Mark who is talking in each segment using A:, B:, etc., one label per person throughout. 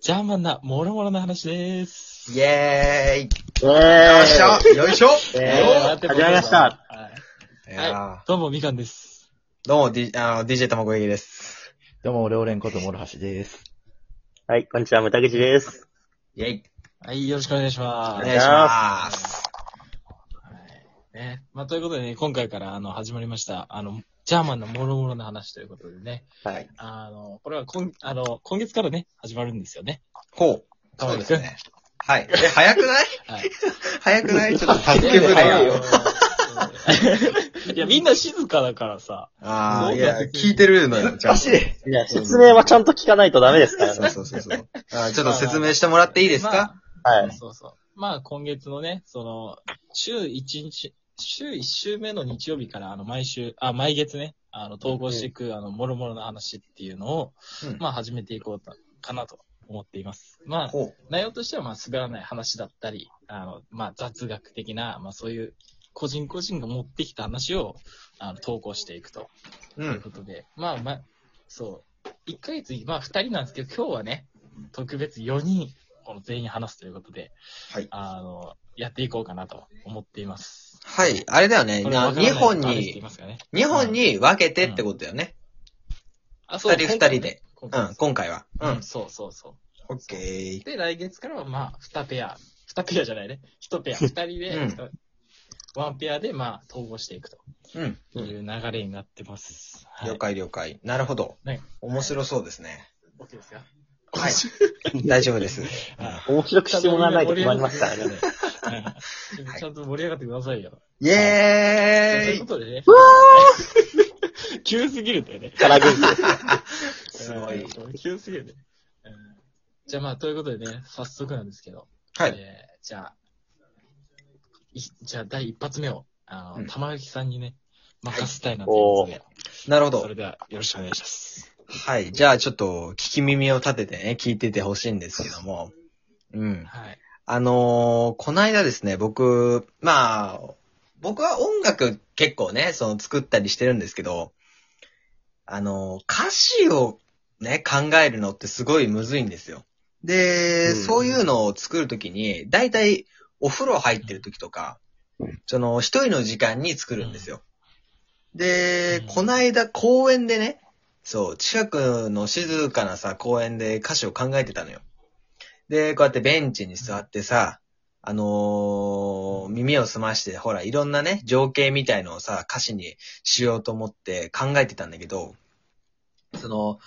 A: ジャーマンな、もろもろの話でーす。
B: イェーイよ
C: えー
B: いしょよいしょ
C: えー
A: よっ
C: 始まりました。
A: はい
B: や
A: い。どうも、みかんです。
B: ーどうも、D、あの、DJ たまごえぎです。
D: どうも、両連こと諸橋です。
C: はい、こんにちは、ムタグチです。
B: イェイ
A: はい、よろしくお願いし
B: お
A: ま
B: 願いします。
A: す。ね。まあ、ということでね、今回から、あの、始まりました、あの、ジャーマンのもろもろの話ということでね。
C: はい。
A: あの、これは今、あの、今月からね、始まるんですよね。
B: ほう。
A: 玉木くん。
B: はい。え、早くない
A: はい。
B: 早くないちょっと
C: 早い
B: 結局
C: 早いよ
B: ね。
A: うんいや、みんな静かだからさ。
B: あ
A: そ
B: ー、
A: う
B: いや、聞いてるのよ。ちゃんと
C: いや、説明はちゃんと聞かないとダメですから
B: そう
C: ね。
B: そうそうそう。あーちょっと説明してもらっていいです
A: まあ
B: か
C: はい。
A: そうそう。まあ、今月のね、その、週一日、週一週目の日曜日から、あの、毎週、あ、毎月ね、あの、投稿していく、あの、もろもろの話っていうのを、
B: うん
A: まあ、始めていこうと、かなと思っています。まあ、
B: ほう。
A: 内容としては、まあ、滑らない話だったり、あの、まあ、雑学的な、まあ、そういう、個人個人が持ってきた話を、あの、投稿していくと。
B: う。
A: というんことで、まあまあ、そう、1ヶ月、まあ2人なんですけど、今日はね、特別4人、この全員話すということで、
B: はい
A: あの、やっていこうかなと思っています。
B: はい。あれだよね。
A: これわ
B: な
A: からない
B: 日本
A: 誰って言い
B: に、
A: ますかね
B: 日本に分けてってことだよね。
A: あ、
B: 二人
A: 今
B: 二
A: 回
B: 人
A: ね
B: で。
A: 今
B: う
A: 回
B: ん、今回は。う
A: うんん、。そうそうそ
B: オッケー
A: う。。で、来月からは、まあ、2ペア、2ペアじゃないね、1ペア、2人
B: う
A: で、
B: ん
A: ふたワンペアで、まあ、統合していくと
B: うん。
A: いう流れになってます。はい
B: 了。解了解。なるほど。
A: ね
B: 面白そうですね。
A: OK ですか
B: はい。 大丈夫です。
A: はい
C: 面白くしてもらわないと困りますからね。
A: ちゃんと盛り上がってくださいよ。
B: イ
A: という
B: エー
A: こ
B: イ
A: とでね。 急すぎるんだよね。
C: から元気です。
B: すごい。
A: うん。急すぎるね。うんじゃあまあ、ということでね、早速なんですけど。
B: はい。
A: えーじゃあ、いじゃあ第一発目を、あ
B: う
A: の、
B: ん
A: 玉垣さんにね、任せたいなと思いますので
B: なるほ
A: そ
B: ど
A: れ。では、よろしくお願いします。
B: はい。じゃあちょっと、聞き耳を立ててね、聞いててほしいんですけども。うん。
A: はい。
B: あのー、この間ですね、僕、まあ、僕は音楽結構ね、その作ったりしてるんですけど、あのー、歌詞をね、考えるのってすごいむずいんですよ。で、
C: うん
B: そういうのを作るときに、だいたいお風呂入ってるときとか、その、一人の時間に作るんですよ。で
A: うん、
B: こないだ公園でね、そう、近くの静かなさ、公園で歌詞を考えてたのよ。で、こうやってベンチに座ってさ、あのー耳を澄まして、ほら、いろんなね、情景みたいのをさ、歌詞にしようと思って考えてたんだけど、その、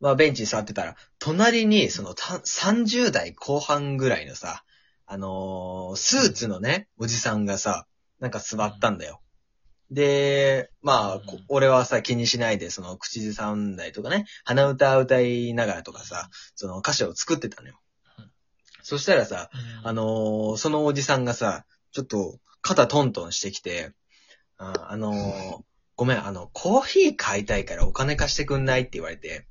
B: まあ、ベンチに座ってたら、隣に、その、た30代後半ぐらいのさ、あのースーツのね、おじさんがさ、なんか座ったんだよ。で、まあ、
A: う
B: こ
A: ん
B: 俺はさ、気にしないで、その、口ずさんだりとかね、鼻歌歌いながらとかさ、その歌詞を作ってたのよ
A: うん。
B: そしたらさ、あ
A: の、
B: の ーそのおじさんがさ、ちょっと肩トントンしてきて、あーあのーごめん、あの、コーヒー買いたいからお金貸してくんないって言われて、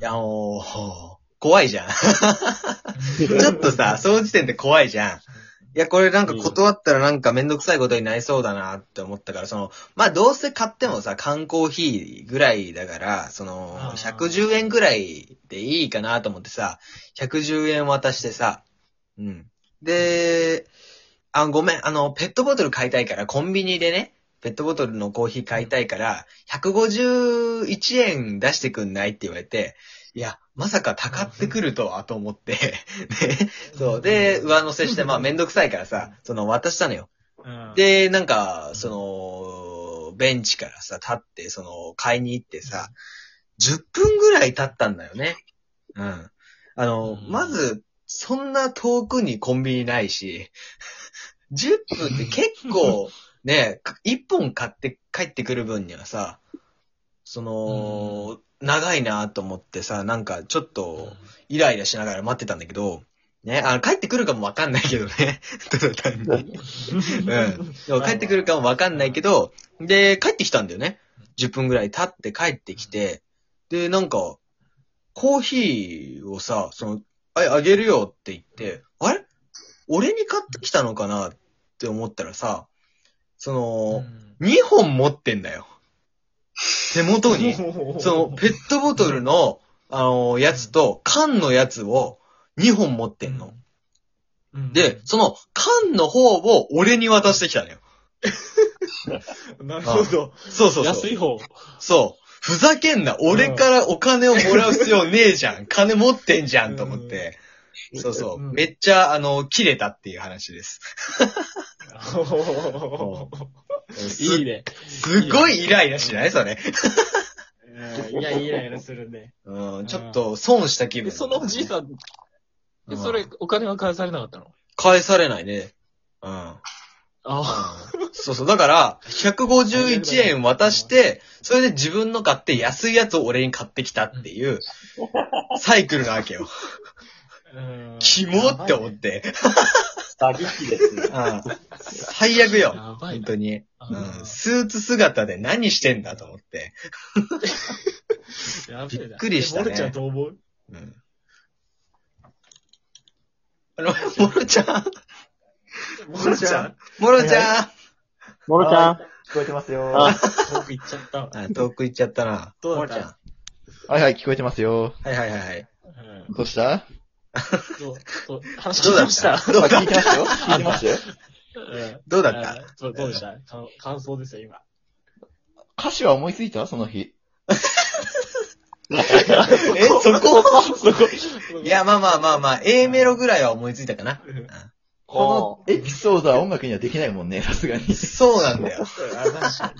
B: いや、あのー怖いじゃん。 ちょっとさ、その時点で怖いじゃん。いや、これなんか断ったらなんかめんどくさいことになりそうだなって思ったから、その、まあ、どうせ買ってもさ、缶コーヒーぐらいだから、その
A: あ、ー
B: 110円ぐらいでいいかなと思ってさ、110円渡してさ、うん。で、あ、ごめん、あの、ペットボトル買いたいから、コンビニでね、ペットボトルのコーヒー買いたいから、151円出してくんないって言われて、いや、まさかたかってくるとは、と思って、 ね、そう。で、上乗せして、まあ、めんどくさいからさ、その、渡したのよ。
A: うん、
B: で、なんか、その、ベンチからさ、立って、その、買いに行ってさ、10分ぐらい経ったんだよね。うん。あの、
A: うん
B: まず、そんな遠くにコンビニないし、10分って結構、ね、1本買って帰ってくる分にはさ、その、長いなと思ってさ、なんかちょっ
A: うん、
B: と、イライラしながら待ってたんだけど、ね、あの、帰ってくるかもわかんないけどね。 ただ単に。うん。でも帰ってくるかもわかんないけど、で、帰ってきたんだよね。10分ぐらい経って帰ってきて、で、なんか、コーヒーをさ、その、ああげるよって言って、あれ俺に買ってきたのかなって思ったらさ、その、2本持ってんだよ。手元に。その、ペットボトルの、あの、やつと、缶のやつを2本持ってんの。
A: うん。
B: で、その缶の方を俺に渡してきたのよ。
A: なるほど。
B: そうそうそう。
A: 安い方。
B: そう。ふざけんな。俺からお金をもらう必要ねえじゃん。金持ってんじゃんと思って。そうそ
A: う
B: う。
A: ん
B: めっちゃ、あの、切れたっていう話です。
A: いいね。
B: すすごいイライラしないそれ。
A: いや、イライラするね。
B: うん、ちょっと損した気分。
A: で、そのおじいさん、
B: う
A: え
B: ん
A: それ、お金は返されなかったの
B: 返されないね。うん。
A: あ
B: そうそう。だから、151円渡して、それで自分の買って安いやつを俺に買ってきたっていう、サイクルなわけよ。
A: あ。
B: キモって思って。
C: 詐欺師ですね。
B: うん最悪よ。
A: やばい
B: 本
A: な。
B: 当に。うん
A: あ
B: スーツ姿で何してんだと思って。
A: ーやべえな
B: びっくりしたね
A: えモルちゃんどう思う
B: うん。あの、モロちゃん
A: モルちゃん
B: モロちゃん
C: モロちゃん。
D: 聞こえてますよ
C: あ
A: 遠く行っちゃった。
B: あ、遠く行っちゃったな。
A: どうだ
B: モ
A: っ
B: ロ
A: た
B: ちゃん。
D: はいはい、聞こえてますよ。
B: はいはいはいはい。
A: うん
D: どうした
A: どうどう話聞き
B: どうだ
A: ま
B: っ
A: した
B: た
D: あ聞いてましたよ。聞いてましたよ。
A: うん
B: どうだった
A: うんそうどうでした感感想ですよ、今。
D: 歌詞は思いついたその日。
B: え、そこ
A: そこ。
B: いや、まあまあまあまあ、A メロぐらいは思いついたかな。
A: うん、
D: このエピソードは音楽にはできないもんね、さすがに。
B: そうなんだよ。
A: あ確か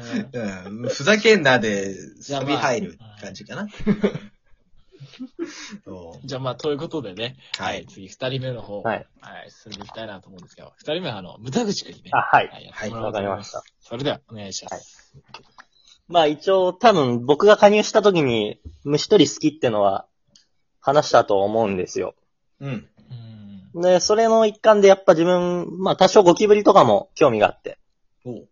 A: にうん
B: うんふざけんなで、サビ入る感じかな。 そ
A: じゃあまあ、ということでね。
B: うはい。
A: 次、二人目の方。
C: はい。
A: はい、進んでいきたいなと思うんですけど、二人目は、あの、無駄口くんにね。
C: あ、はい。
A: はい、。
B: はい
C: わかりましたた。
A: それでは、お願いします。
C: まあ一応多分僕が加入した時に虫取り好きってのは話したと思うんですよ。
B: うん。
A: うん。
C: で、それの一環でやっぱ自分、まあ多少ゴキブリとかも興味があって、
B: おう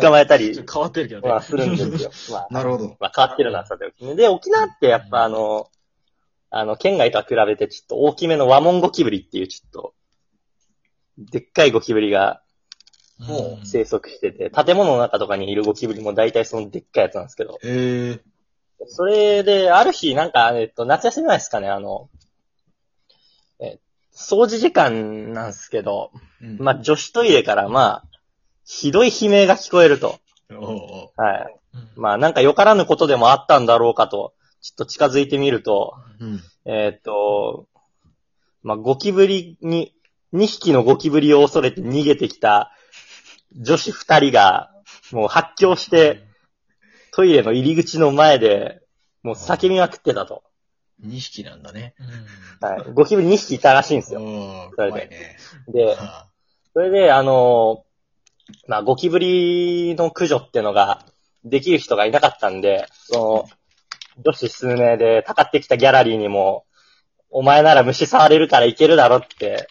C: 捕まえた
A: ちょっ
C: り
A: と変わってるけどね。
C: はす るんですよ。 まあ、
B: なるほど。
C: まあ変わってるな、さておきね。で、沖縄ってやっぱあの、あの、県外とは比べてちょっと大きめのワモンゴキブリっていうちょっと、でっかいゴキブリが
B: も
A: うん
C: 生息してて、建物の中とかにいるゴキブリも大体そのでっかいやつなんですけど、
B: へえ。
C: それで、ある日、なんか、えっと、夏休み前ですかね、あの、え、掃除時間なんですけど、
B: うん
C: まあ、女子トイレから、まあ、ひどい悲鳴が聞こえると。
B: おうおう
C: はい。
A: うん
C: まあ、なんかよからぬことでもあったんだろうかと、ちょっと近づいてみると、
B: うん。
C: えっと、まあ、ゴキブリに、2匹のゴキブリを恐れて逃げてきた女子2人が、もう発狂して、トイレの入り口の前で、もう叫びまくってたと。
B: 2匹なんだね。
A: うん
C: はい。ゴキブリ2匹いたらしいんです
B: お
C: よ。
B: お
C: それで
B: 怖いね。
C: で、
B: は
C: それで、あのーまあ、ゴキブリの駆除ってのができる人がいなかったんで、その、女子数名でたかってきたギャラリーにも、お前なら虫触れるからいけるだろって、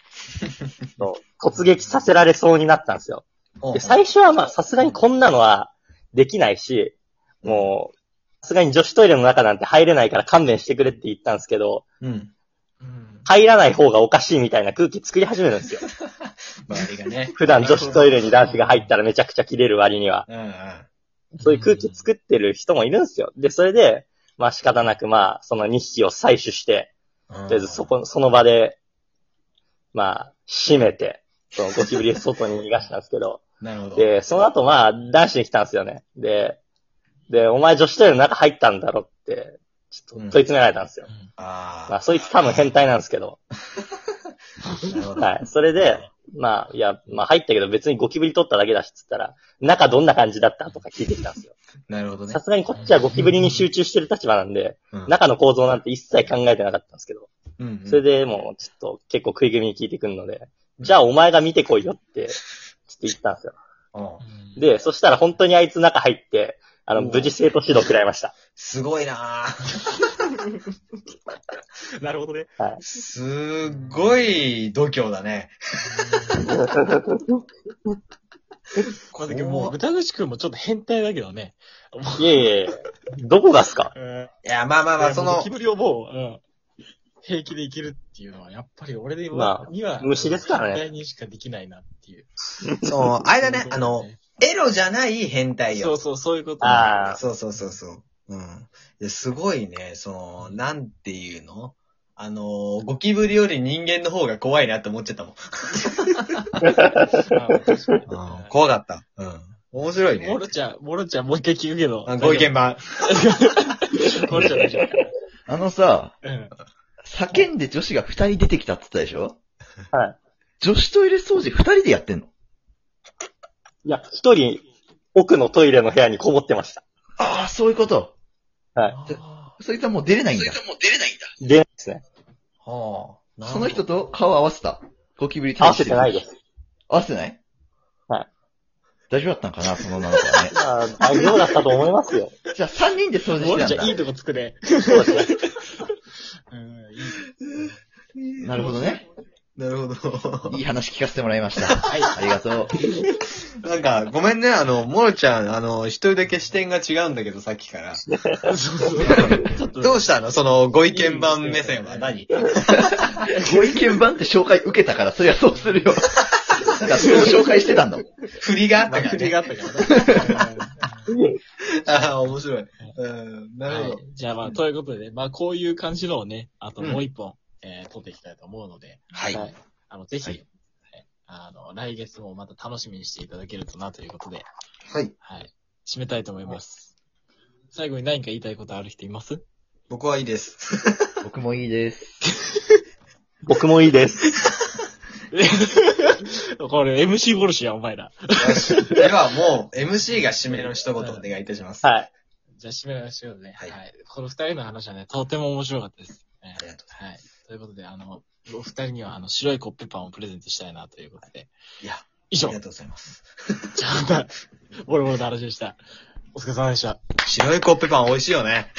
C: そう突撃させられそうになったんですよ。
B: あ
C: で、最初はまあ、さすがにこんなのはできないし、もう、さすがに女子トイレの中なんて入れないから勘弁してくれって言ったんですけど、
B: うん。
A: うん
C: 入らない方がおかしいみたいな空気作り始めるんですよ。
B: 周りが ね。
C: 普段女子トイレに男子が入ったらめちゃくちゃ切れる割には。
B: うんうん。
C: そういう空気作ってる人もいるんですよ。で、それで、まあ仕方なくまあ、その2匹を採取して、
B: と
C: とりあえずそこ、その場で、まあ、閉めて、そのゴキブリを外に逃がしたんですけど、
B: なるほど。
C: で、その後まあ、男子に来たんですよね。で、で、お前女子トイレの中入ったんだろって、ちょっと問い詰められたんですよ。ま
B: あ
C: あ、そいつ多分変態なんですけど。
B: あ。なるほど。
C: はい。それで、まあ、いや、まあ入ったけど別にゴキブリ取っただけだし、つったら、中どんな感じだったとか聞いてきたんですよ。
B: なるほどね
C: さ。すがにこっちはゴキブリに集中してる立場なんで、中の構造なんて一切考えてなかったんですけど、
B: うん。
C: それでもうちょっと結構食い気味に聞いてくるので、じゃあお前が見てこいよって、ちょっと言ったんですよ。
B: うん。
A: うん
C: で、そしたら本当にあいつ中入って、あの、無事生徒指導食らいました。
B: すごいなー
A: なるほどね。
C: はい。
B: すっごい度胸だ ね。
A: これだけもう、豚口くんもちょっと変態だけどね。
C: いえいえいえ、どこがっすか
A: うん
B: いや、まあまあまあ、そ
A: もう
B: の
A: ゴキ、ブリをもう、うん平気でいけるっていうのは、やっぱり俺で
C: まあ
A: には、
C: 虫ですからね
A: 変態にしかできないなっていう。
B: その、あれだね、あの、エロじゃない変態
A: そ
B: よ。
A: うそう、そういうこと。
C: ああ、
B: そうそうそうそう。うん。ですごいね、その、なんていうのあのー、ゴキブリより人間の方が怖いなって思っちゃったもん。
A: あ確かに
B: うん、怖かった。うん。面白いね
A: モ。ロちゃん、モロちゃんもう一回聞くけど
B: あ。ご意見番。
A: モロちゃん大丈夫
D: あのさ、
A: うん。
D: 叫んで女子が二人出てきたって言ったでしょ
C: はい。
D: 女子トイレ掃除二人でやってんの
C: いや、一人、奥のトイレの部屋にこもってました。
D: ああ、そういうこと。
A: あ
D: そいつはもう出れないんだ。
B: もう出れないんだ。
C: 出ないですね。
B: はあ。
D: その人と顔合わせた。ゴキブリ
C: 合
D: 対
C: わ
D: して
C: せてないです。
D: 合わせてない
C: はい。。
D: 大丈夫だったんかな、その女の子はね
C: まあ、大丈夫だったと思いますよ。
D: じゃあ三人で掃除
A: モロ
D: し
A: ち
D: て
A: ゃ
D: た
A: んい
D: ん
A: い
D: だ。
A: とこつくね。
C: そ うですね。
A: うん、いい。
D: なるほどね。
B: なるほど。
D: いい話聞かせてもらいました。
A: はい。
D: ありがとう。
B: なんか、ごめんね、あの、モロちゃん、あの、一人だけ視点が違うんだけど、さっきから。
A: そうそう。ちょっと、
B: どうしたのその、ご意見番目線は何
D: ご意見番って紹介受けたから、そりゃそうする よ。だからそれを紹介してたんだもん。
B: 振りがあっ
A: ま
B: た
A: あ
B: から
A: 振
B: ね
A: り。があったからね。
B: ああ、面白い。うん、なるほ
A: は
B: ど。
A: い。じゃあまあ、ということでね、まあ、こういう感じのをね、あともう一本、えー、撮っていきたいと思うので、
B: はい。
C: はい
A: あの、ぜひ、
D: は
A: えあの、来月もまた楽しみにしていただけるとなということで、
D: はい。
A: はい。締めたいと思います。最後に何か言いたいことある人います
B: 僕はいいです。
D: 僕もいいです。
C: 僕もいいです。
A: これ MC 殺しや、お前ら。
B: よしではもう、MC が締めの一言お願いいたします。
C: はい。
A: じゃあ締めましょうね。は。
B: はいい
A: この二人の話はね、とても面白かったです。ね
B: ありがと
A: はい。ということで、あの、お二人には、あの、白いコッペパンをプレゼントしたいなということで。
B: いや、
A: 以
B: あ
A: 上
B: りが、とうございます。
A: ちゃん と、ボロボロの話でした。お疲れ様でした。
B: 白いコッペパン美味しいよね。